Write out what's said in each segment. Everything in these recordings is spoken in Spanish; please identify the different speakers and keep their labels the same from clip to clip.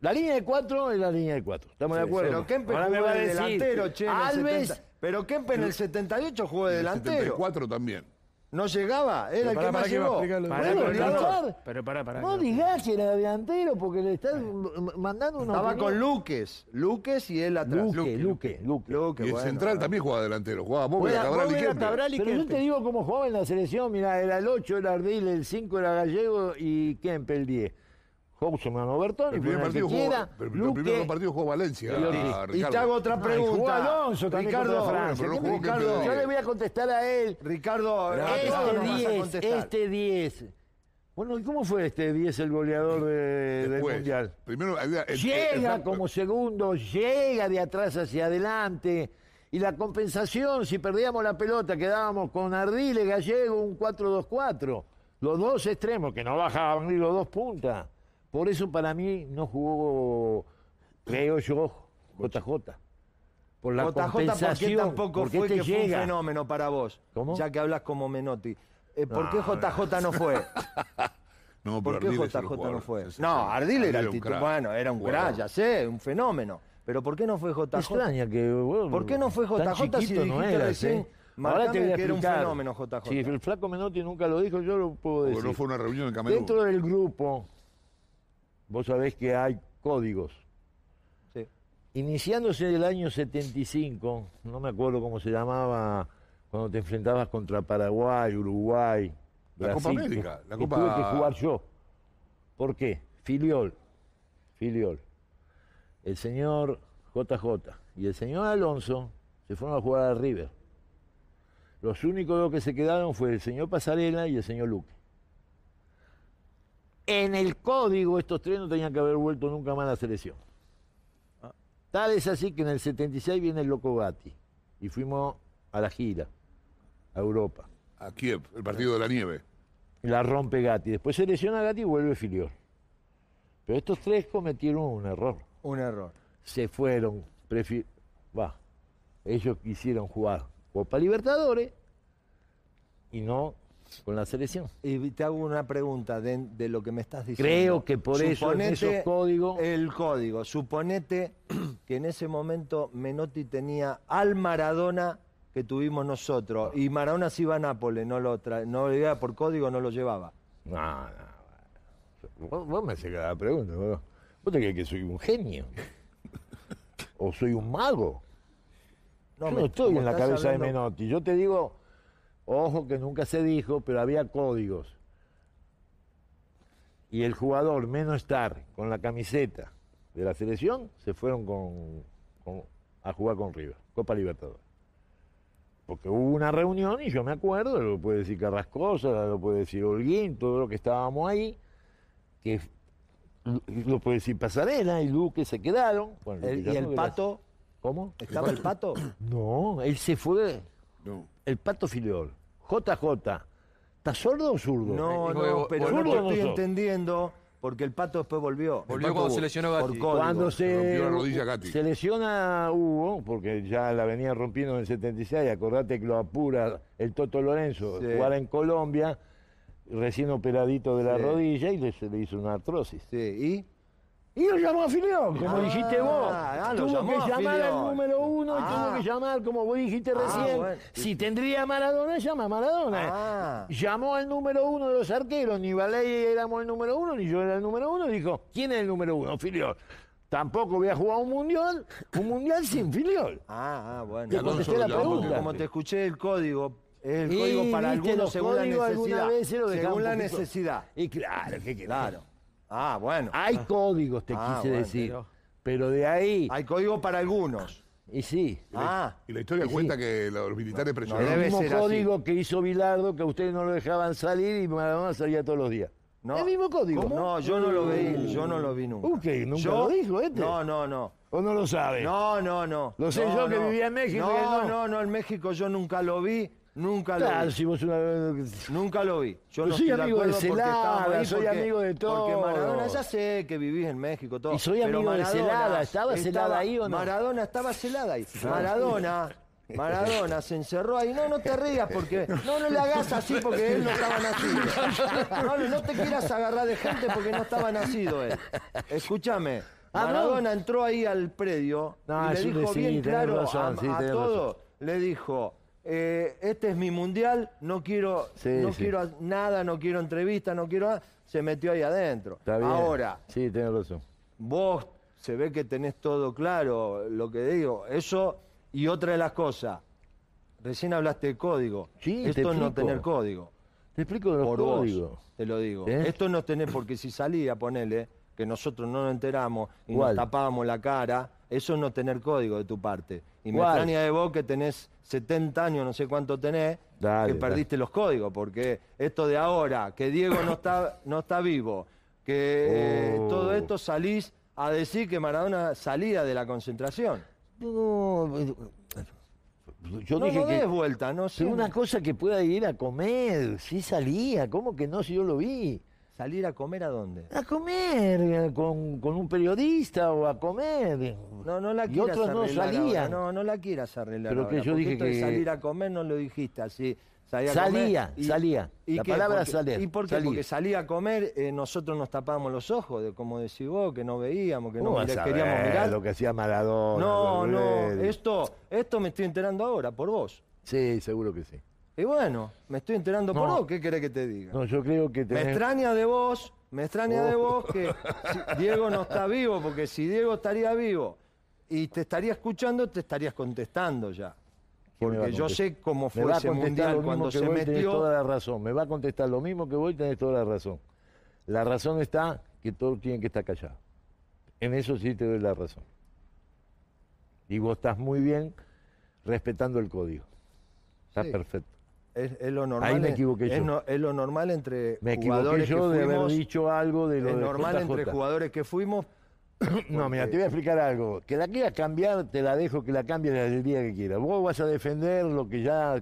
Speaker 1: La línea de cuatro es la línea de cuatro. ¿Estamos de acuerdo?
Speaker 2: Pero Kempes
Speaker 1: Ahora
Speaker 2: jugó
Speaker 1: me va a
Speaker 2: de
Speaker 1: decir,
Speaker 2: delantero, che. en el
Speaker 1: Alves.
Speaker 2: 70. Pero Kempes en el 78 jugó de delantero.
Speaker 3: 74 también.
Speaker 2: No llegaba, era el
Speaker 4: pará,
Speaker 2: que más
Speaker 4: pará, que va a
Speaker 2: llegó.
Speaker 4: explicarlo.
Speaker 1: Pará,
Speaker 2: Bueno,
Speaker 1: pero
Speaker 2: ni
Speaker 1: no,
Speaker 2: hablar.
Speaker 1: no.
Speaker 4: Pero pará, pará.
Speaker 1: No
Speaker 4: que-
Speaker 1: digas que era delantero porque le estás m- mandando una.
Speaker 2: Estaba
Speaker 1: opinión.
Speaker 2: con Luques. Luques y él atrás.
Speaker 1: Luque, Luque, Luque.
Speaker 2: Luque,
Speaker 3: y el
Speaker 2: bueno.
Speaker 3: central también jugaba delantero. Jugaba Bóveda,
Speaker 5: Juega-
Speaker 3: Cabral y
Speaker 5: Bóveda,
Speaker 3: Kempes.
Speaker 5: Cabral y
Speaker 1: Pero yo
Speaker 5: Kempes.
Speaker 1: te digo cómo jugaba en la selección. Mira, era el 8, era Ardil, el 5 era Gallego y Kempe el 10. Houseman o Bertoni,
Speaker 3: El primer
Speaker 1: con el que
Speaker 3: partido jugó,
Speaker 1: quiera,
Speaker 3: pero los
Speaker 1: Luque,
Speaker 3: primeros dos partidos jugó Valencia.
Speaker 1: Y-
Speaker 3: ah,
Speaker 2: Ah, Y te
Speaker 3: Ricardo.
Speaker 2: hago otra
Speaker 1: No, y jugó
Speaker 2: pregunta.
Speaker 1: Alonso también
Speaker 2: Ricardo,
Speaker 1: contra Francia.
Speaker 3: Bueno, pero no jugó
Speaker 1: Ricardo,
Speaker 3: Kempes
Speaker 1: yo
Speaker 3: de
Speaker 1: le voy a contestar a él.
Speaker 2: Ricardo,
Speaker 1: Este
Speaker 2: Ricardo, no vas a
Speaker 1: 10,
Speaker 2: contestar.
Speaker 1: este 10. Bueno, ¿y cómo fue este 10 el goleador de- del
Speaker 3: Después,
Speaker 1: Mundial?
Speaker 3: Primero, había- el- el-
Speaker 1: Llega
Speaker 3: el-
Speaker 1: como segundo, llega de atrás hacia adelante. Y la compensación, si perdíamos la pelota, quedábamos con Ardile Gallego, un 4-2-4. Los dos extremos, que no bajaban ni los dos puntas. Por eso para mí no jugó, creo yo, JJ. Por la
Speaker 2: JJ, ¿por qué
Speaker 1: compensación.
Speaker 2: tampoco
Speaker 1: porque
Speaker 2: fue
Speaker 1: este
Speaker 2: que fue un
Speaker 1: llega.
Speaker 2: fenómeno para vos?
Speaker 1: ¿Cómo? Ah,
Speaker 2: Ya que hablas como Menotti. Eh, ¿Por qué JJ no fue?
Speaker 3: No,
Speaker 2: ¿Por
Speaker 3: pero
Speaker 2: qué
Speaker 3: Ardile es
Speaker 2: JJ
Speaker 3: el
Speaker 2: no
Speaker 3: jugador
Speaker 2: fue?
Speaker 3: sensacional.
Speaker 2: No, Ardil era el
Speaker 3: un
Speaker 2: título.
Speaker 3: crack.
Speaker 2: Bueno, era un gran,
Speaker 3: Jugador.
Speaker 2: ya sé, un fenómeno. Pero ¿por qué no fue JJ?
Speaker 1: Extraña que. bueno,
Speaker 2: ¿Por qué no fue
Speaker 1: tan
Speaker 2: JJ si
Speaker 1: chiquito no
Speaker 2: dijiste
Speaker 1: eras,
Speaker 2: recién,
Speaker 1: eh?
Speaker 2: marcame
Speaker 1: Ahora te voy a
Speaker 2: que era un
Speaker 1: explicar.
Speaker 2: fenómeno, JJ?
Speaker 1: Si el flaco Menotti nunca lo dijo, yo lo puedo
Speaker 3: Porque
Speaker 1: decir.
Speaker 3: no fue una reunión en Camerún.
Speaker 1: Dentro del grupo, vos sabés que hay códigos.
Speaker 2: Sí.
Speaker 1: Iniciándose el año 75, no me acuerdo cómo se llamaba cuando te enfrentabas contra Paraguay, Uruguay,
Speaker 3: La Copa
Speaker 1: Brasil, que-
Speaker 3: América, la
Speaker 1: que
Speaker 3: Copa-
Speaker 1: tuve que jugar yo. ¿Por qué? Filiol, Filiol. El señor JJ y el señor Alonso se fueron a jugar a River. Los únicos dos que se quedaron fue el señor Pasarela y el señor Luque. En el código estos tres no tenían que haber vuelto nunca más a la selección. Tal es así que en el 76 viene el Loco Gatti y fuimos a la gira, a Europa.
Speaker 3: A Kiev, el partido de la nieve.
Speaker 1: Y La rompe Gatti. Después se lesiona Gatti y vuelve Filiol. Pero estos tres cometieron un error.
Speaker 2: Un error.
Speaker 1: Se fueron. prefi- Va. Ellos quisieron jugar Copa Libertadores y no con la selección.
Speaker 2: Y te hago una pregunta de, de lo que me estás diciendo.
Speaker 1: Creo que por eso en esos códigos-
Speaker 2: El código. Suponete que en ese momento Menotti tenía al Maradona que tuvimos
Speaker 1: Ah.
Speaker 2: nosotros. Y Maradona se iba a Nápoles, no lo tra- no era por código, no lo llevaba.
Speaker 1: No, no. Vos, vos me haces cada pregunta. Vos, vos te crees que soy un genio. o soy un mago. yo
Speaker 2: me-
Speaker 1: no estoy
Speaker 2: como
Speaker 1: en la
Speaker 2: estás
Speaker 1: cabeza de
Speaker 2: hablando-
Speaker 1: Menotti. Yo te digo, ojo que nunca se dijo, pero había códigos. Y el jugador, menos estar con la camiseta de la selección, se fueron con- con- a jugar con River, Copa Libertadores. Porque hubo una reunión y yo me acuerdo, lo puede decir Carrascosa, lo puede decir Holguín, todo lo que estábamos ahí, que f- lo puede decir Pasarela y Luque se quedaron. Bueno,
Speaker 2: El-
Speaker 1: Luque ya
Speaker 2: ¿Y
Speaker 1: no,
Speaker 2: el
Speaker 1: gracias.
Speaker 2: pato?
Speaker 1: ¿Cómo?
Speaker 2: ¿Estaba el pato?
Speaker 1: No, él se fue.
Speaker 3: No.
Speaker 1: El pato filiol. JJ. ¿Estás sordo o zurdo?
Speaker 2: No,
Speaker 4: Dijo que
Speaker 2: no,
Speaker 4: vol-
Speaker 2: pero no
Speaker 1: volvió
Speaker 2: te
Speaker 1: o no
Speaker 2: estoy
Speaker 1: sos.
Speaker 2: entendiendo porque el pato después volvió.
Speaker 3: El
Speaker 4: Volvió
Speaker 3: Pato
Speaker 4: cuando se lesionó
Speaker 2: por
Speaker 4: Gatti.
Speaker 2: co-
Speaker 1: Cuando se,
Speaker 3: Rompió la rodilla Gatti.
Speaker 1: se lesiona Hugo, porque ya la venía rompiendo en el 76, acordate que lo apura el Toto Lorenzo,
Speaker 2: Sí.
Speaker 1: jugara en Colombia, recién operadito de la
Speaker 2: Sí.
Speaker 1: rodilla y le, se le hizo una artrosis.
Speaker 2: Sí, ¿y?
Speaker 1: Y lo llamó a Filión, como
Speaker 2: Ah,
Speaker 1: dijiste vos.
Speaker 2: ah, lo
Speaker 1: tuvo
Speaker 2: llamó a
Speaker 1: que llamar al
Speaker 2: Filiol.
Speaker 1: número uno y
Speaker 2: Ah.
Speaker 1: tuvo que llamar, como vos dijiste
Speaker 2: Ah,
Speaker 1: recién.
Speaker 2: bueno.
Speaker 1: Si tendría a Maradona, llama a Maradona.
Speaker 2: Ah.
Speaker 1: Llamó al número uno de los arqueros, ni Baley éramos el número uno, ni yo era el número uno, y dijo, ¿quién es el número uno? Filiol. Tampoco voy a jugar un mundial, un mundial sin Filiol.
Speaker 2: Ah, ah, bueno.
Speaker 1: Te
Speaker 3: Alonso
Speaker 1: contesté la
Speaker 3: lo llamó,
Speaker 1: pregunta.
Speaker 2: Porque como te escuché el código, es el
Speaker 1: Y,
Speaker 2: código para
Speaker 1: viste,
Speaker 2: algunos
Speaker 1: los
Speaker 2: según la
Speaker 1: códigos alguna
Speaker 2: necesidad.
Speaker 1: vez se lo dejaban
Speaker 2: según
Speaker 1: un
Speaker 2: la
Speaker 1: poquito.
Speaker 2: necesidad.
Speaker 1: Y claro, ¿qué querés?
Speaker 2: Claro. Ah, bueno.
Speaker 1: Hay códigos, te
Speaker 2: Ah,
Speaker 1: quise
Speaker 2: bueno,
Speaker 1: decir.
Speaker 4: pero-
Speaker 1: Pero de ahí,
Speaker 2: Hay código para algunos.
Speaker 1: y sí.
Speaker 2: Ah,
Speaker 3: Y la historia
Speaker 1: Sí, sí.
Speaker 3: cuenta que los militares
Speaker 1: El
Speaker 3: presionaron.
Speaker 2: debe
Speaker 1: mismo
Speaker 2: ser así.
Speaker 1: código que hizo Bilardo, que a ustedes no lo dejaban salir y Maradona salía todos los días. Mm.
Speaker 2: no.
Speaker 1: El mismo código.
Speaker 2: No, yo no lo vi, yo no lo vi nunca.
Speaker 1: Uh, que nunca
Speaker 2: Yo-
Speaker 1: lo dijo este.
Speaker 2: No, no, no.
Speaker 1: ¿O no lo sabe?
Speaker 2: No, no, no.
Speaker 1: Lo sé
Speaker 2: No,
Speaker 1: yo que
Speaker 2: no.
Speaker 1: vivía en México y él
Speaker 2: No,
Speaker 1: no.
Speaker 2: no, no, en México yo nunca lo vi, nunca lo
Speaker 1: Claro,
Speaker 2: vi.
Speaker 1: si vos una
Speaker 2: Nunca lo vi. Yo
Speaker 1: Yo
Speaker 2: no
Speaker 1: soy
Speaker 2: estoy
Speaker 1: amigo de
Speaker 2: acuerdo porque
Speaker 1: Celada,
Speaker 2: estábamos ahí,
Speaker 1: soy amigo de
Speaker 2: Porque
Speaker 1: todos.
Speaker 2: Maradona, ya sé que vivís en México, todo.
Speaker 1: Y soy
Speaker 2: pero
Speaker 1: amigo de
Speaker 2: Maradona
Speaker 1: Celada, ¿estaba Celada ahí o no?
Speaker 2: Maradona estaba celada ahí. Maradona. Maradona se encerró ahí. No, no te rías porque. No, no le hagas así porque él no estaba nacido. No, no, no te quieras agarrar de gente porque no estaba nacido él. Escúchame.
Speaker 1: Ah, ¿no?
Speaker 2: Maradona entró ahí al predio
Speaker 1: No,
Speaker 2: y le
Speaker 1: sí,
Speaker 2: dijo
Speaker 1: sí,
Speaker 2: bien
Speaker 1: tenés
Speaker 2: claro
Speaker 1: razón,
Speaker 2: a,
Speaker 1: sí,
Speaker 2: a
Speaker 1: tenés
Speaker 2: todos,
Speaker 1: razón.
Speaker 2: le dijo, eh, este es mi mundial, no quiero,
Speaker 1: Sí,
Speaker 2: no
Speaker 1: sí.
Speaker 2: quiero nada, no quiero entrevista, no quiero nada. Se metió ahí adentro.
Speaker 1: Está bien.
Speaker 2: Ahora,
Speaker 1: Sí, tenés razón.
Speaker 2: vos se ve que tenés todo claro, lo que digo. Eso y otra de las cosas. Recién hablaste de código.
Speaker 1: Sí, te
Speaker 2: Esto es no
Speaker 1: explico.
Speaker 2: tener código.
Speaker 1: Te explico de los
Speaker 2: por
Speaker 1: códigos.
Speaker 2: vos, te lo digo.
Speaker 1: ¿Eh?
Speaker 2: Esto no tenés, porque si salía, ponele, que nosotros no nos enteramos y
Speaker 1: ¿Cuál?
Speaker 2: nos tapábamos la cara, eso es no tener código de tu parte. Y me
Speaker 1: ¿Cuál?
Speaker 2: extraña de vos que tenés 70 años, no sé cuánto tenés,
Speaker 1: Dale,
Speaker 2: que perdiste los códigos, porque esto de ahora, que Diego no está, no está vivo, que eh,
Speaker 1: Oh.
Speaker 2: todo esto salís a decir que Maradona salía de la concentración.
Speaker 1: No, yo
Speaker 2: no
Speaker 1: dije
Speaker 2: no
Speaker 1: que
Speaker 2: des vuelta, no sé.
Speaker 1: pero una cosa que pueda ir a comer, sí salía, ¿cómo que no si yo lo vi?
Speaker 2: ¿Salir a comer a dónde?
Speaker 1: A comer eh, con, con un periodista o a comer.
Speaker 2: No, no la
Speaker 1: y
Speaker 2: quieras
Speaker 1: otros no
Speaker 2: arreglar ahora,
Speaker 1: salían.
Speaker 2: No, no la quieras arreglar.
Speaker 1: Pero que
Speaker 2: ahora,
Speaker 1: yo
Speaker 2: porque
Speaker 1: dije
Speaker 2: esto de
Speaker 1: que-
Speaker 2: salir a comer no lo dijiste así. Salía, a
Speaker 1: Salía,
Speaker 2: comer y-
Speaker 1: salía. La
Speaker 2: qué?
Speaker 1: palabra
Speaker 2: Porque-
Speaker 1: salir,
Speaker 2: ¿Y por qué?
Speaker 1: salir.
Speaker 2: Porque salía a comer, eh, nosotros nos tapáamos los ojos, de, como decís vos, que no veíamos, que no
Speaker 1: ¿Cómo vas
Speaker 2: mirá-
Speaker 1: a
Speaker 2: queríamos
Speaker 1: ver
Speaker 2: mirar.
Speaker 1: Lo que hacía Maradona.
Speaker 2: No, no,
Speaker 1: Valverde?
Speaker 2: esto, esto me estoy enterando ahora, por vos.
Speaker 1: Sí, seguro que sí.
Speaker 2: Y bueno, me estoy enterando por
Speaker 1: No.
Speaker 2: vos, ¿qué querés que te diga?
Speaker 1: No, yo creo que
Speaker 2: Me
Speaker 1: tenés...
Speaker 2: extraña de vos, me extraña de vos que
Speaker 1: Oh.
Speaker 2: si- Diego no está vivo, porque si Diego estaría vivo y te estaría escuchando, te estarías contestando ya.
Speaker 1: ¿Quién me va a
Speaker 2: Porque yo
Speaker 1: contestar?
Speaker 2: sé cómo
Speaker 1: Me
Speaker 2: fue
Speaker 1: va a
Speaker 2: ese
Speaker 1: contestar
Speaker 2: mundial
Speaker 1: lo mismo
Speaker 2: cuando
Speaker 1: que
Speaker 2: se
Speaker 1: vos y tenés toda
Speaker 2: metió.
Speaker 1: la razón. Me va a contestar lo mismo que vos y tenés toda la razón. La razón está que todos tienen que estar callados. En eso sí te doy la razón. Y vos estás muy bien respetando el código. Está
Speaker 2: Sí.
Speaker 1: perfecto.
Speaker 2: Es, es lo normal.
Speaker 1: Ahí me
Speaker 2: en-
Speaker 1: equivoqué
Speaker 2: es
Speaker 1: yo.
Speaker 2: no- es lo normal entre
Speaker 1: Me equivoqué
Speaker 2: jugadores
Speaker 1: yo
Speaker 2: que
Speaker 1: de haber
Speaker 2: fuimos.
Speaker 1: dicho algo de lo
Speaker 2: es
Speaker 1: de
Speaker 2: normal
Speaker 1: JJ.
Speaker 2: entre jugadores que fuimos.
Speaker 1: No, mira, te voy a explicar algo. Que la quieras cambiar, te la dejo que la cambies el día que quieras. Vos vas a defender lo que ya...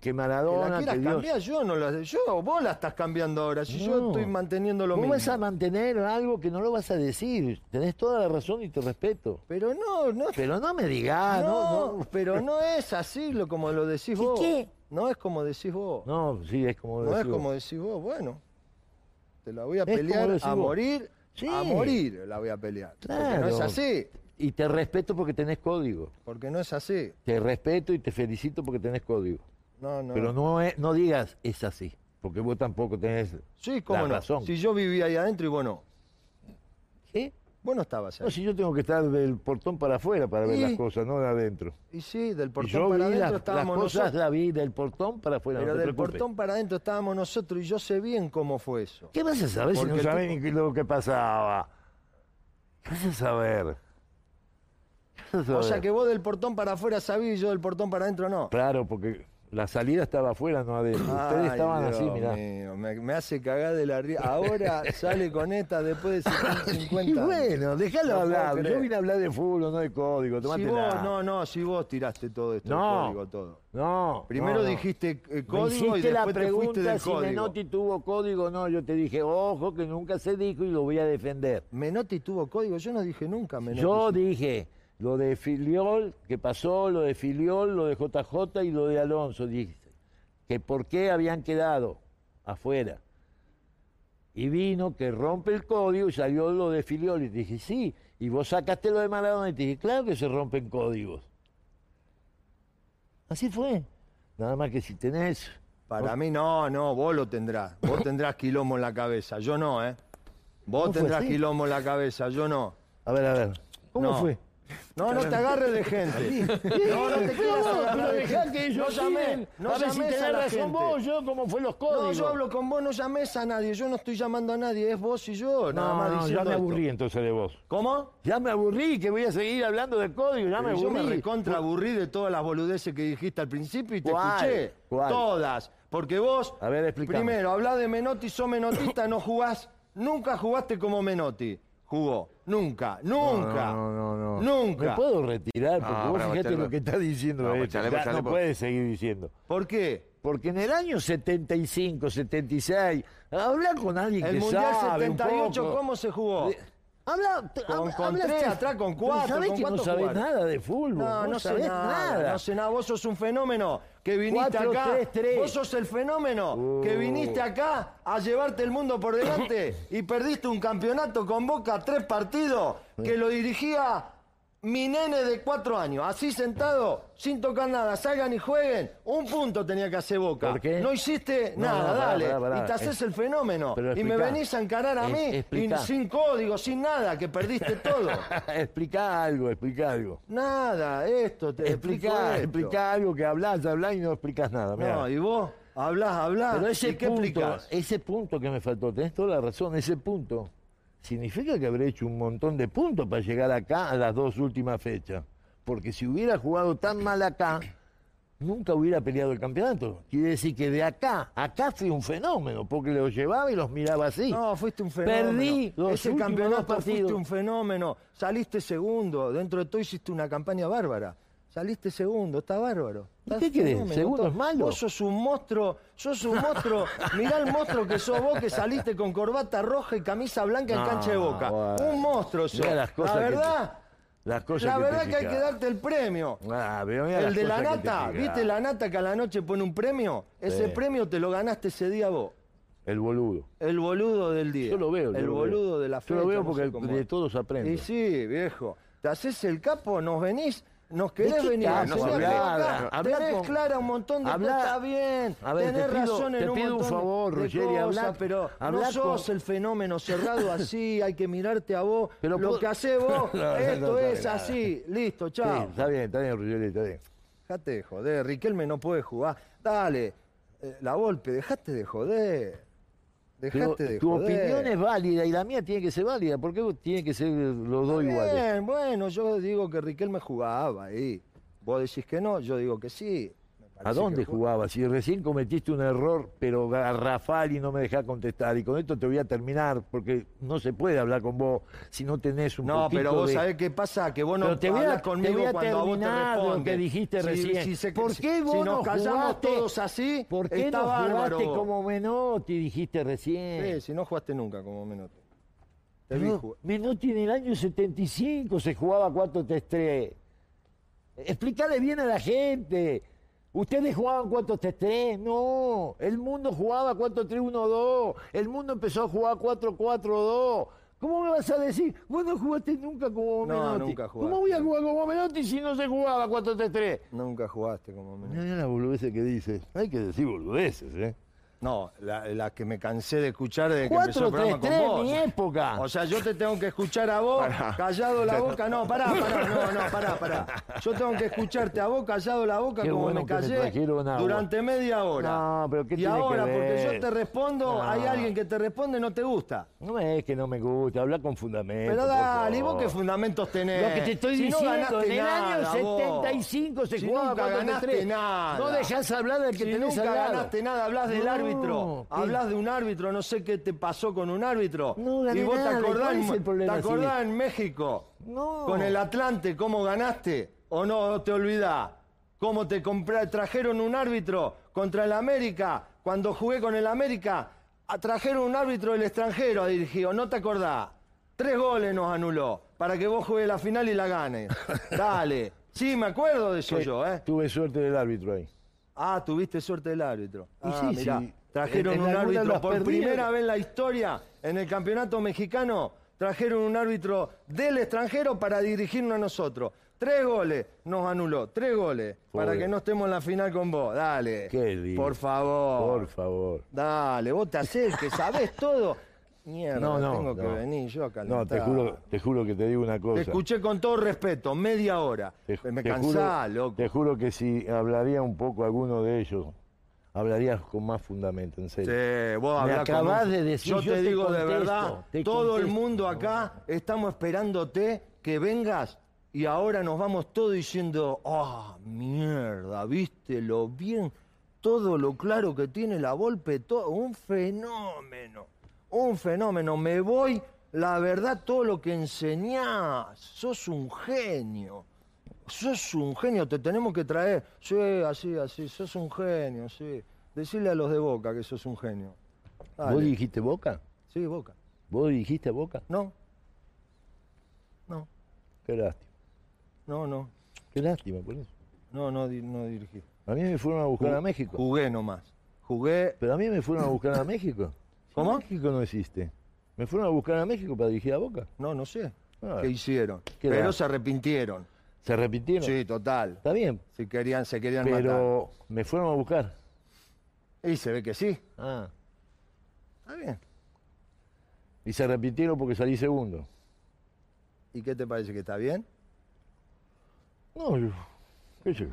Speaker 1: Que
Speaker 2: Que la
Speaker 1: Maradona,
Speaker 2: quieras
Speaker 1: que Dios...
Speaker 2: cambiar, yo no la, yo, vos la estás cambiando ahora. Si yo
Speaker 1: No.
Speaker 2: estoy manteniendo lo
Speaker 1: Vos
Speaker 2: mismo.
Speaker 1: vas a mantener algo que no lo vas a decir. Tenés toda la razón y te respeto.
Speaker 2: Pero no, no
Speaker 1: Pero no me digas, no, no.
Speaker 2: pero Ah, no es así lo, como lo decís
Speaker 1: ¿Qué,
Speaker 2: vos.
Speaker 1: qué?
Speaker 2: No es como decís vos. No,
Speaker 1: No, sí, es como decís
Speaker 2: es como
Speaker 1: vos.
Speaker 2: decís vos. Bueno, te la voy a
Speaker 1: Es como
Speaker 2: pelear
Speaker 1: decís
Speaker 2: a
Speaker 1: vos.
Speaker 2: morir,
Speaker 1: Sí.
Speaker 2: a morir la voy a pelear. Porque no es
Speaker 1: Claro.
Speaker 2: así,
Speaker 1: Y te respeto porque tenés código.
Speaker 2: porque no es así.
Speaker 1: Te respeto y te felicito porque tenés código.
Speaker 2: No, no.
Speaker 1: Pero no, es- no digas, es así. Porque vos tampoco tenés...
Speaker 2: sí, cómo
Speaker 1: la
Speaker 2: no.
Speaker 1: razón.
Speaker 2: Si yo vivía ahí adentro y vos no.
Speaker 1: ¿Qué?
Speaker 2: Vos no estabas ahí.
Speaker 1: No, si yo tengo que estar del portón para afuera para ver
Speaker 2: Y-
Speaker 1: las cosas, no de adentro.
Speaker 2: Y sí, del
Speaker 1: Y yo
Speaker 2: portón
Speaker 1: vi
Speaker 2: para
Speaker 1: las,
Speaker 2: adentro
Speaker 1: las
Speaker 2: estábamos
Speaker 1: cosas,
Speaker 2: nosotros.
Speaker 1: la vi del portón para afuera,
Speaker 2: Pero
Speaker 1: no te
Speaker 2: del
Speaker 1: preocupes.
Speaker 2: portón para adentro estábamos nosotros y yo sé bien cómo fue eso.
Speaker 1: ¿Qué vas a saber si
Speaker 2: Porque
Speaker 1: no
Speaker 2: tú-
Speaker 1: sabés ni qué- lo que pasaba? ¿Qué vas a saber? ¿Qué vas a saber?
Speaker 2: O sea que vos del portón para afuera sabías y yo del portón para adentro no.
Speaker 1: Claro, porque la salida estaba afuera, no adentro. Ustedes
Speaker 2: Ay,
Speaker 1: estaban
Speaker 2: Dios
Speaker 1: así, mirá.
Speaker 2: mío, me, me hace cagar de la risa. Ahora sale con esta después de 50
Speaker 1: Y bueno, déjalo
Speaker 2: No puedo
Speaker 1: hablar. Yo
Speaker 2: creer.
Speaker 1: vine a hablar de fútbol, no de código.
Speaker 2: Si
Speaker 1: Tomate
Speaker 2: vos,
Speaker 1: la-
Speaker 2: no, no, si vos tiraste todo esto,
Speaker 1: No.
Speaker 2: el código, todo.
Speaker 1: No,
Speaker 2: Primero
Speaker 1: no, no.
Speaker 2: dijiste eh,
Speaker 1: Me
Speaker 2: código y
Speaker 1: hiciste la
Speaker 2: después te fuiste
Speaker 1: pregunta
Speaker 2: del
Speaker 1: si
Speaker 2: código.
Speaker 1: Menotti tuvo código o no. Yo te dije, ojo, que nunca se dijo y lo voy a defender.
Speaker 2: Menotti tuvo código, yo no dije nunca Menotti.
Speaker 1: Yo dije lo de Filiol, que pasó, lo de Filiol, lo de JJ y lo de Alonso, dijiste. Que por qué habían quedado afuera. Y vino que rompe el código y salió lo de Filiol. Y dije, sí. Y vos sacaste lo de Maradona y te dije, claro que se rompen códigos. Así fue. Nada más que si tenés.
Speaker 2: Para mí no, no, vos lo tendrás. Vos tendrás quilombo en la cabeza, yo no, ¿eh? Vos
Speaker 1: No fue
Speaker 2: tendrás
Speaker 1: así.
Speaker 2: quilombo en la cabeza, yo no.
Speaker 1: A ver, a ver. ¿Cómo
Speaker 2: No.
Speaker 1: fue?
Speaker 2: No, no te agarres de gente. No, no te quieras agarrar de gente. No llamé, no
Speaker 1: a ver si
Speaker 2: llames
Speaker 1: tenés
Speaker 2: a la
Speaker 1: razón
Speaker 2: gente.
Speaker 1: vos, yo, cómo fue los
Speaker 2: No,
Speaker 1: códigos.
Speaker 2: yo hablo con vos, no llames a nadie, yo no estoy llamando a nadie, es vos y yo, nada más diciendo
Speaker 1: ya me
Speaker 2: esto.
Speaker 1: aburrí entonces de vos.
Speaker 2: ¿Cómo?
Speaker 1: Ya me aburrí que voy a seguir hablando de código, ya me
Speaker 2: yo me
Speaker 1: aburrí.
Speaker 2: recontra aburrí de todas las boludeces que dijiste al principio y te
Speaker 1: ¿Cuál?
Speaker 2: escuché.
Speaker 1: ¿Cuál?
Speaker 2: Todas. Porque vos,
Speaker 1: A ver, explícame.
Speaker 2: primero, hablás de Menotti, sos menotista, no jugás, nunca jugaste como Menotti. Jugó. Nunca, nunca.
Speaker 1: No, no, no, no.
Speaker 2: Nunca.
Speaker 1: Me puedo retirar porque
Speaker 4: No,
Speaker 1: vos
Speaker 4: pará,
Speaker 1: fíjate
Speaker 4: Bachelo.
Speaker 1: lo que está diciendo
Speaker 4: No,
Speaker 1: esto.
Speaker 4: Bachelo,
Speaker 1: Ya
Speaker 4: Bachelo,
Speaker 1: no
Speaker 4: por-
Speaker 1: puedes seguir diciendo.
Speaker 2: ¿Por qué?
Speaker 1: Porque en el año 75, 76, hablar con alguien
Speaker 2: El
Speaker 1: que
Speaker 2: Mundial
Speaker 1: sabe un
Speaker 2: 78,
Speaker 1: poco.
Speaker 2: ¿cómo se jugó?
Speaker 1: De- Habla, te-
Speaker 2: Con-
Speaker 1: habla-
Speaker 2: con
Speaker 1: habla-
Speaker 2: tres, atrás con
Speaker 1: Pero
Speaker 2: cuatro,
Speaker 1: Sabés
Speaker 2: ¿con
Speaker 1: que no
Speaker 2: cuántos
Speaker 1: sabés
Speaker 2: jugaron?
Speaker 1: nada de fútbol.
Speaker 2: No,
Speaker 1: vos
Speaker 2: no sé
Speaker 1: sabés
Speaker 2: nada, No sé nada. Vos sos un fenómeno que viniste
Speaker 1: Cuatro,
Speaker 2: acá.
Speaker 1: tres, tres. Uh.
Speaker 2: Vos sos el fenómeno que viniste acá a llevarte el mundo por delante y perdiste un campeonato con Boca tres partidos que lo dirigía mi nene de cuatro años, así sentado, sin tocar nada, salgan y jueguen. Un punto tenía que hacer Boca.
Speaker 1: ¿Por qué?
Speaker 2: No hiciste
Speaker 1: No,
Speaker 2: nada,
Speaker 1: pará,
Speaker 2: dale.
Speaker 1: pará, pará.
Speaker 2: Y te haces
Speaker 1: Es-
Speaker 2: el fenómeno.
Speaker 1: Pero
Speaker 2: y me
Speaker 1: explicá.
Speaker 2: venís a encarar a
Speaker 1: Es-
Speaker 2: mí y
Speaker 1: explicá.
Speaker 2: sin código, sin nada, que perdiste todo.
Speaker 1: explica algo, explica algo.
Speaker 2: Nada, esto, te explico
Speaker 1: Explica,
Speaker 2: esto.
Speaker 1: explica algo que hablas, hablas y no explicas nada. mirá.
Speaker 2: No, y vos hablás, hablás.
Speaker 1: Pero ese
Speaker 2: ¿y qué
Speaker 1: punto,
Speaker 2: explicás?
Speaker 1: ese punto que me faltó, tenés toda la razón, ese punto significa que habré hecho un montón de puntos para llegar acá a las dos últimas fechas. Porque si hubiera jugado tan mal acá, nunca hubiera peleado el campeonato. Quiere decir que de acá, acá fui un fenómeno, porque los llevaba y los miraba así.
Speaker 2: No, fuiste un fenómeno.
Speaker 1: Perdí los
Speaker 2: Ese
Speaker 1: últimos dos
Speaker 2: campeonato
Speaker 1: partidos.
Speaker 2: fuiste un fenómeno. Saliste segundo. Dentro de todo hiciste una campaña bárbara. Saliste segundo, está bárbaro.
Speaker 1: ¿Y
Speaker 2: Estás
Speaker 1: qué querés?
Speaker 2: fenómeno,
Speaker 1: ¿Segundo
Speaker 2: está-
Speaker 1: es malo?
Speaker 2: Vos sos un monstruo, sos un monstruo. Mirá el monstruo que sos vos que saliste con corbata roja y camisa blanca en
Speaker 1: No,
Speaker 2: cancha de boca.
Speaker 1: bueno.
Speaker 2: Un monstruo sos.
Speaker 1: Mirá las cosas
Speaker 2: la
Speaker 1: que te-
Speaker 2: verdad,
Speaker 1: Las cosas
Speaker 2: la
Speaker 1: te
Speaker 2: verdad que hay que
Speaker 1: fijas.
Speaker 2: darte el premio.
Speaker 1: Ah, pero mirá las
Speaker 2: El de la
Speaker 1: cosas que te
Speaker 2: nata,
Speaker 1: fijas.
Speaker 2: ¿viste la nata que a la noche pone un premio? Ese
Speaker 1: Sí.
Speaker 2: premio te lo ganaste ese día vos.
Speaker 1: El boludo.
Speaker 2: El boludo del día.
Speaker 1: Yo lo veo. yo
Speaker 2: El
Speaker 1: lo
Speaker 2: boludo
Speaker 1: veo.
Speaker 2: de la fecha.
Speaker 1: Yo lo veo
Speaker 2: no sé
Speaker 1: porque
Speaker 2: cómo
Speaker 1: de
Speaker 2: es.
Speaker 1: todos aprendo.
Speaker 2: Y sí, viejo. Te haces el capo, nos venís, nos querés
Speaker 1: qué
Speaker 2: venir.
Speaker 1: capo?
Speaker 2: a enseñar
Speaker 1: Hablar,
Speaker 2: que acá
Speaker 1: hablar, hablar
Speaker 2: tenés
Speaker 1: con-
Speaker 2: clara un montón de
Speaker 1: hablar-
Speaker 2: cosas, está bien.
Speaker 1: A ver, te
Speaker 2: tenés
Speaker 1: pido-
Speaker 2: razón en
Speaker 1: te
Speaker 2: un
Speaker 1: pido un
Speaker 2: montón de-
Speaker 1: favor,
Speaker 2: de
Speaker 1: Ruggeri,
Speaker 2: cosas,
Speaker 1: hablar-
Speaker 2: pero no
Speaker 1: hablar
Speaker 2: sos
Speaker 1: con-
Speaker 2: el fenómeno cerrado así, hay que mirarte a vos.
Speaker 1: Pero
Speaker 2: Lo
Speaker 1: puedo-
Speaker 2: que hacés vos,
Speaker 1: No, no,
Speaker 2: esto
Speaker 1: no sabe
Speaker 2: es
Speaker 1: nada.
Speaker 2: así. Listo,
Speaker 1: Sí,
Speaker 2: chao.
Speaker 1: está bien, está bien, Ruggeri, está bien.
Speaker 2: Dejate de joder, Riquelme no puede jugar. Dale, eh, la golpe, dejate de joder. Dejate
Speaker 1: Pero
Speaker 2: de
Speaker 1: tu
Speaker 2: joder.
Speaker 1: opinión es válida y la mía tiene que ser válida. ¿Por qué vos- tiene que ser los dos
Speaker 2: Está
Speaker 1: iguales?
Speaker 2: bien, bueno, yo digo que Riquelme jugaba ahí. Vos decís que no, yo digo que sí. Me
Speaker 1: ¿A
Speaker 2: parece
Speaker 1: dónde
Speaker 2: que jugó.
Speaker 1: jugabas? Si recién cometiste un error, pero garrafal y no me dejás contestar. Y con esto te voy a terminar, porque no se puede hablar con vos si no tenés un
Speaker 2: No,
Speaker 1: poquito
Speaker 2: pero vos
Speaker 1: de-
Speaker 2: sabés qué pasa, que vos no
Speaker 1: Pero te voy a- te
Speaker 2: hablas conmigo
Speaker 1: voy a
Speaker 2: cuando a vos te
Speaker 1: terminar lo
Speaker 2: respondes.
Speaker 1: que dijiste recién. ¿Por qué vos
Speaker 2: si
Speaker 1: no
Speaker 2: nos callamos
Speaker 1: jugaste?
Speaker 2: todos así,
Speaker 1: ¿Por qué
Speaker 2: está
Speaker 1: no
Speaker 2: bárbaro.
Speaker 1: jugaste
Speaker 2: vos.
Speaker 1: como Menotti, dijiste
Speaker 2: Sí,
Speaker 1: recién?
Speaker 2: si no jugaste nunca como Menotti. Te vi
Speaker 1: No,
Speaker 2: jugar.
Speaker 1: Menotti en el año 75 se jugaba 4-3-3. Explícale bien a la gente. Ustedes jugaban 4-3-3, no. El mundo jugaba 4-3-1-2. El mundo empezó a jugar 4-4-2. ¿Cómo me vas a decir? Vos no jugaste nunca como
Speaker 2: No,
Speaker 1: Menotti.
Speaker 2: nunca jugaste.
Speaker 1: ¿Cómo voy a jugar como Menotti si no se jugaba 4-3-3?
Speaker 2: Nunca jugaste como Menotti.
Speaker 1: Mirá la boludez que dice. Hay que decir boludeces, ¿eh?
Speaker 2: No, la, la que me cansé de escuchar desde que empezó el programa con
Speaker 1: 4-3-3,
Speaker 2: vos.
Speaker 1: mi época.
Speaker 2: O sea, yo te tengo que escuchar a vos, callado la boca. No, pará, pará, no, no, pará, pará. Yo tengo que escucharte a vos, callado la boca,
Speaker 1: Qué
Speaker 2: como
Speaker 1: bueno
Speaker 2: me
Speaker 1: que me
Speaker 2: callé
Speaker 1: trajeron agua.
Speaker 2: durante media hora.
Speaker 1: No, pero ¿qué
Speaker 2: y
Speaker 1: tiene que
Speaker 2: ahora, porque yo
Speaker 1: ver?
Speaker 2: te respondo,
Speaker 1: No.
Speaker 2: hay alguien que te responde y no te gusta.
Speaker 1: No es que no me gusta, habla con fundamento.
Speaker 2: Pero
Speaker 1: por
Speaker 2: dale, ¿y vos
Speaker 1: favor.
Speaker 2: qué fundamentos tenés?
Speaker 1: Lo que te estoy
Speaker 2: Eh, Si no
Speaker 1: diciendo,
Speaker 2: ganaste
Speaker 1: en el
Speaker 2: nada,
Speaker 1: año
Speaker 2: vos.
Speaker 1: 75 se
Speaker 2: Si
Speaker 1: jugaba
Speaker 2: nunca
Speaker 1: 4-3-3.
Speaker 2: ganaste nada.
Speaker 1: No dejás hablar del que
Speaker 2: si
Speaker 1: tenés
Speaker 2: nunca
Speaker 1: al lado.
Speaker 2: ganaste nada, hablas del
Speaker 1: No,
Speaker 2: árbitro,
Speaker 1: ¿qué?
Speaker 2: hablas de un árbitro, no sé qué te pasó con un árbitro.
Speaker 1: No gané
Speaker 2: y vos
Speaker 1: nada,
Speaker 2: te acordás,
Speaker 1: ¿cuál es el problema,
Speaker 2: te acordás
Speaker 1: Silvio?
Speaker 2: en México
Speaker 1: No.
Speaker 2: con el Atlante cómo ganaste o no te olvidás. Cómo te compra- trajeron un árbitro contra el América cuando jugué con el América, a- trajeron un árbitro del extranjero a dirigir, ¿o no te acordás. Tres goles nos anuló para que vos juegues la final y la ganes. Dale. Sí, me acuerdo de eso yo, ¿eh?
Speaker 1: Tuve suerte del árbitro ahí.
Speaker 2: Ah, tuviste suerte del árbitro.
Speaker 1: Y
Speaker 2: Ah,
Speaker 1: sí,
Speaker 2: mirá,
Speaker 1: sí.
Speaker 2: Trajeron
Speaker 1: En- en
Speaker 2: un
Speaker 1: algunas
Speaker 2: árbitro
Speaker 1: las
Speaker 2: por
Speaker 1: perdí.
Speaker 2: primera vez en la historia en el campeonato mexicano. Trajeron un árbitro del extranjero para dirigirnos a nosotros. Tres goles nos anuló, tres goles, para
Speaker 1: Pobre.
Speaker 2: que no estemos en la final con vos. Dale.
Speaker 1: Qué lindo.
Speaker 2: Por favor.
Speaker 1: Por favor.
Speaker 2: Dale, vos te haces que sabés todo. Mierda,
Speaker 1: No, no.
Speaker 2: tengo que
Speaker 1: no.
Speaker 2: venir yo a
Speaker 1: No, te
Speaker 2: calentar.
Speaker 1: juro, te juro que te digo una cosa.
Speaker 2: Te escuché con todo respeto, media hora.
Speaker 1: Te-
Speaker 2: Me
Speaker 1: te
Speaker 2: cansá,
Speaker 1: juro-
Speaker 2: loco.
Speaker 1: Te juro que si hablaría un poco alguno de ellos, hablarías con más fundamento, en serio.
Speaker 2: Sí, vos
Speaker 1: Me
Speaker 2: hablás con
Speaker 1: acabás
Speaker 2: un-
Speaker 1: de decir,
Speaker 2: Yo,
Speaker 1: yo
Speaker 2: te
Speaker 1: te
Speaker 2: digo de
Speaker 1: contesto,
Speaker 2: verdad,
Speaker 1: te
Speaker 2: todo el
Speaker 1: contesto.
Speaker 2: mundo acá estamos esperándote que vengas y ahora nos vamos todos diciendo, ah, mierda, viste lo bien, todo lo claro que tiene la Volpe, todo, un fenómeno, un fenómeno, me voy, la verdad, todo lo que enseñás, sos un genio. Sos un genio, te tenemos que traer. Sí, así, así, sos un genio, sí. Decirle a los de Boca que sos un genio. Dale.
Speaker 1: ¿Vos dijiste Boca?
Speaker 2: Sí, Boca.
Speaker 1: ¿Vos dijiste Boca?
Speaker 2: ¿No?
Speaker 1: Qué lástima.
Speaker 2: No, no.
Speaker 1: Qué lástima por eso.
Speaker 2: No, no, di- no dirigí.
Speaker 1: A mí me fueron a buscar
Speaker 2: Uh.
Speaker 1: a México.
Speaker 2: Jugué nomás. Jugué.
Speaker 1: Pero a mí me fueron a buscar a México. Si
Speaker 2: ¿Cómo?
Speaker 1: México no existe. Me fueron a buscar a México para dirigir a Boca.
Speaker 2: No, no sé.
Speaker 1: Ah.
Speaker 2: ¿Qué hicieron?
Speaker 1: Qué
Speaker 2: Pero
Speaker 1: va.
Speaker 2: se arrepintieron.
Speaker 1: Se repitieron.
Speaker 2: Sí, total.
Speaker 1: Está bien.
Speaker 2: Se querían, se querían matar.
Speaker 1: Pero me fueron a buscar.
Speaker 2: Y se ve que sí.
Speaker 1: Ah.
Speaker 2: Está bien.
Speaker 1: Y se repitieron porque salí segundo.
Speaker 2: ¿Y qué te parece que está bien?
Speaker 1: No, yo, qué sé yo.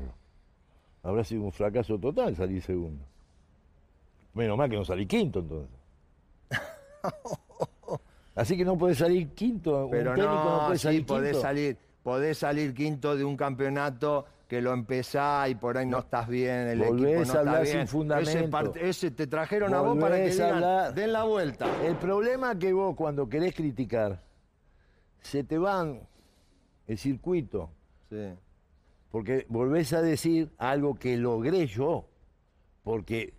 Speaker 1: Habrá sido un fracaso total salir segundo. Menos mal que no salí quinto entonces. Así que no podés salir quinto.
Speaker 2: Pero
Speaker 1: un técnico no,
Speaker 2: no,
Speaker 1: puede
Speaker 2: sí,
Speaker 1: salir
Speaker 2: podés
Speaker 1: quinto.
Speaker 2: salir, podés salir quinto de un campeonato que lo empezás y por ahí no, estás bien, el
Speaker 1: Volvés
Speaker 2: equipo no
Speaker 1: a
Speaker 2: está
Speaker 1: hablar
Speaker 2: bien.
Speaker 1: sin fundamento.
Speaker 2: Ese, part- ese te trajeron a vos para que
Speaker 1: Volvés a
Speaker 2: digan,
Speaker 1: hablar.
Speaker 2: den la vuelta.
Speaker 1: El problema que vos cuando querés criticar, se te van el circuito,
Speaker 2: Sí.
Speaker 1: porque volvés a decir algo que logré yo, porque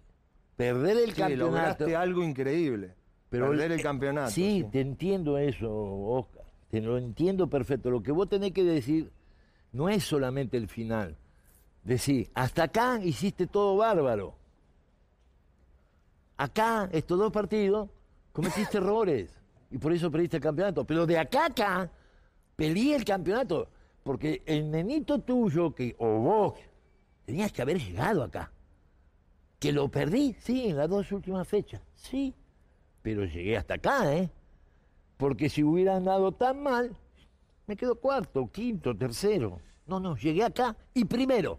Speaker 1: perder el
Speaker 2: Sí,
Speaker 1: campeonato...
Speaker 2: lograste algo increíble.
Speaker 1: Pero
Speaker 2: perder el
Speaker 1: eh,
Speaker 2: campeonato.
Speaker 1: Sí, te entiendo eso, Oscar. Te lo entiendo perfecto. Lo que vos tenés que decir no es solamente el final. Decir, hasta acá hiciste todo bárbaro. Acá, estos dos partidos, cometiste errores. Y por eso perdiste el campeonato. Pero de acá a acá, peleé el campeonato. Porque el nenito tuyo, que, o vos, tenías que haber llegado acá. Que lo perdí, sí, en las dos últimas fechas. Sí, pero llegué hasta acá, ¿eh? Porque si hubiera andado tan mal, me quedo cuarto, quinto, tercero. No, no, llegué acá y primero.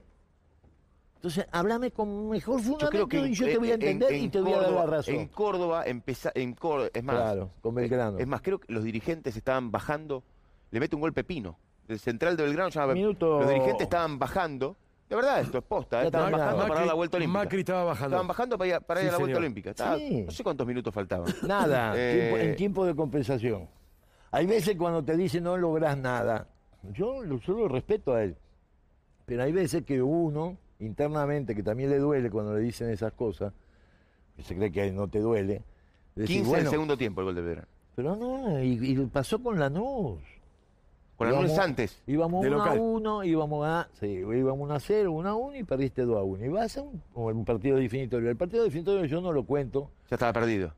Speaker 1: Entonces, háblame con mejor fundamento
Speaker 4: Yo creo que en-
Speaker 1: y yo te voy a
Speaker 4: en-
Speaker 1: entender
Speaker 4: en
Speaker 1: y te voy a dar la
Speaker 4: Córdoba-
Speaker 1: razón.
Speaker 4: En Córdoba, empeza- en Córdoba, es más, eh,
Speaker 1: Claro, con Belgrano.
Speaker 4: es más, creo que los dirigentes estaban bajando, le mete un golpe Pino. El central de Belgrano ya-
Speaker 1: Minuto-
Speaker 4: Los dirigentes estaban bajando. De verdad, esto es posta,
Speaker 1: Ya
Speaker 4: eh, estaban
Speaker 1: está,
Speaker 4: bajando para dar la vuelta olímpica.
Speaker 5: Macri estaba bajando.
Speaker 4: Estaban bajando para ir, a- para ir
Speaker 5: Sí,
Speaker 4: a la vuelta
Speaker 5: señor.
Speaker 4: olímpica. Estaba-
Speaker 1: Sí.
Speaker 4: No sé cuántos minutos faltaban.
Speaker 1: Nada, tiempo-
Speaker 4: Eh,
Speaker 1: en tiempo de compensación. Hay veces cuando te dicen no lográs nada. Yo lo- yo lo respeto a él. Pero hay veces que uno, internamente, que también le duele cuando le dicen esas cosas, que se cree que a él no te duele. decir,
Speaker 4: 15 del
Speaker 1: bueno,
Speaker 4: segundo tiempo el gol de Belgrano.
Speaker 1: Pero no, y, y pasó con Lanús.
Speaker 4: Con
Speaker 1: Íbamos-
Speaker 4: Lanús antes.
Speaker 1: Íbamos
Speaker 5: de
Speaker 1: 1 a
Speaker 5: local.
Speaker 1: 1, íbamos a, sí, íbamos 1 a 0, 1 a 1 y perdiste 2 a 1. Y vas a un, un partido definitorio. El partido definitorio yo no lo cuento.
Speaker 4: Ya estaba perdido.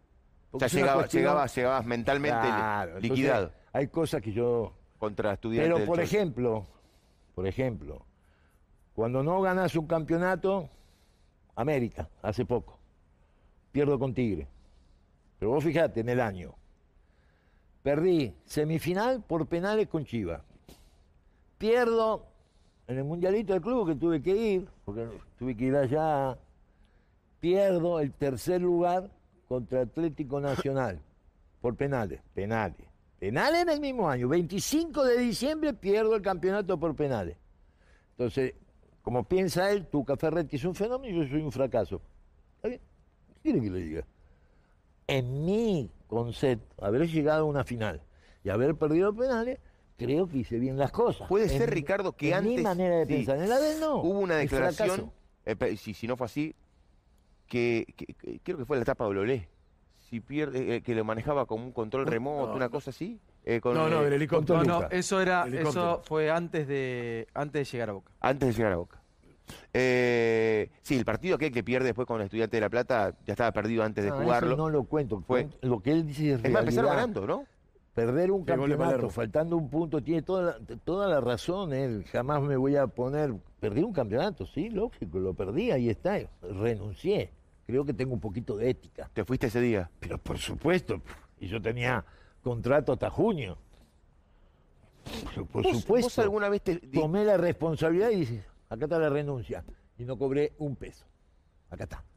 Speaker 1: porque
Speaker 4: Ya
Speaker 1: es una
Speaker 4: llegaba,
Speaker 1: cuestión-
Speaker 4: llegabas, llegabas mentalmente li-
Speaker 1: Claro, entonces,
Speaker 4: liquidado
Speaker 1: hay cosas que yo
Speaker 4: contra estudiantes.
Speaker 1: Pero
Speaker 4: del
Speaker 1: por
Speaker 4: Cholo.
Speaker 1: ejemplo, por ejemplo, cuando no ganas un campeonato, América, hace poco, pierdo con Tigre. Pero vos fijate en el año. Perdí semifinal por penales con Chivas. Pierdo en el Mundialito del Club que tuve que ir, porque tuve que ir allá. Pierdo el tercer lugar contra Atlético Nacional por penales, penales. Penales en el mismo año, 25 de diciembre pierdo el campeonato por penales. Entonces, como piensa él, Tuca Ferretti es un fenómeno y yo soy un fracaso. ¿Está bien? ¿Qué quiere que le diga? En mi concepto, haber llegado a una final y haber perdido penales, creo que hice bien las cosas.
Speaker 4: Puede
Speaker 1: En-
Speaker 4: ser, Ricardo, que
Speaker 1: en
Speaker 4: antes.
Speaker 1: mi manera de
Speaker 4: sí,
Speaker 1: pensar, en la de él no.
Speaker 4: Hubo una
Speaker 1: Es fracaso.
Speaker 4: declaración, eh, pe- si, si no fue así, que, que- que- creo que fue la etapa de Lolé. Si pierde, eh, que lo manejaba como un control remoto, una cosa así. eh, con,
Speaker 5: No, no,
Speaker 4: eh,
Speaker 5: del helicóptero.
Speaker 6: No,
Speaker 1: Toluca.
Speaker 6: no, eso era,
Speaker 5: Helicóptero.
Speaker 6: eso fue antes de, antes de llegar a Boca.
Speaker 4: Antes de llegar a Boca. Eh, sí, el partido aquel que pierde después con el Estudiante de La Plata ya estaba perdido antes de
Speaker 1: No, eso
Speaker 4: jugarlo.
Speaker 1: no lo cuento.
Speaker 4: Fue-
Speaker 1: Lo que él dice es
Speaker 4: es más, empezaron
Speaker 1: realidad.
Speaker 4: ganando, ¿no?
Speaker 1: Perder un
Speaker 5: El gol de
Speaker 1: campeonato
Speaker 5: Palermo.
Speaker 1: faltando un punto tiene toda la, toda la razón él. Jamás me voy a poner. Perdí un campeonato, sí, lógico, lo perdí, ahí está. Renuncié. Creo que tengo un poquito de ética.
Speaker 4: Te fuiste ese día.
Speaker 1: Pero por supuesto, y yo tenía contrato hasta junio. Por, por
Speaker 4: ¿Vos-
Speaker 1: supuesto.
Speaker 4: ¿Vos alguna vez te di-
Speaker 1: Tomé la responsabilidad y dije, acá está la renuncia. Y no cobré un peso. Acá está.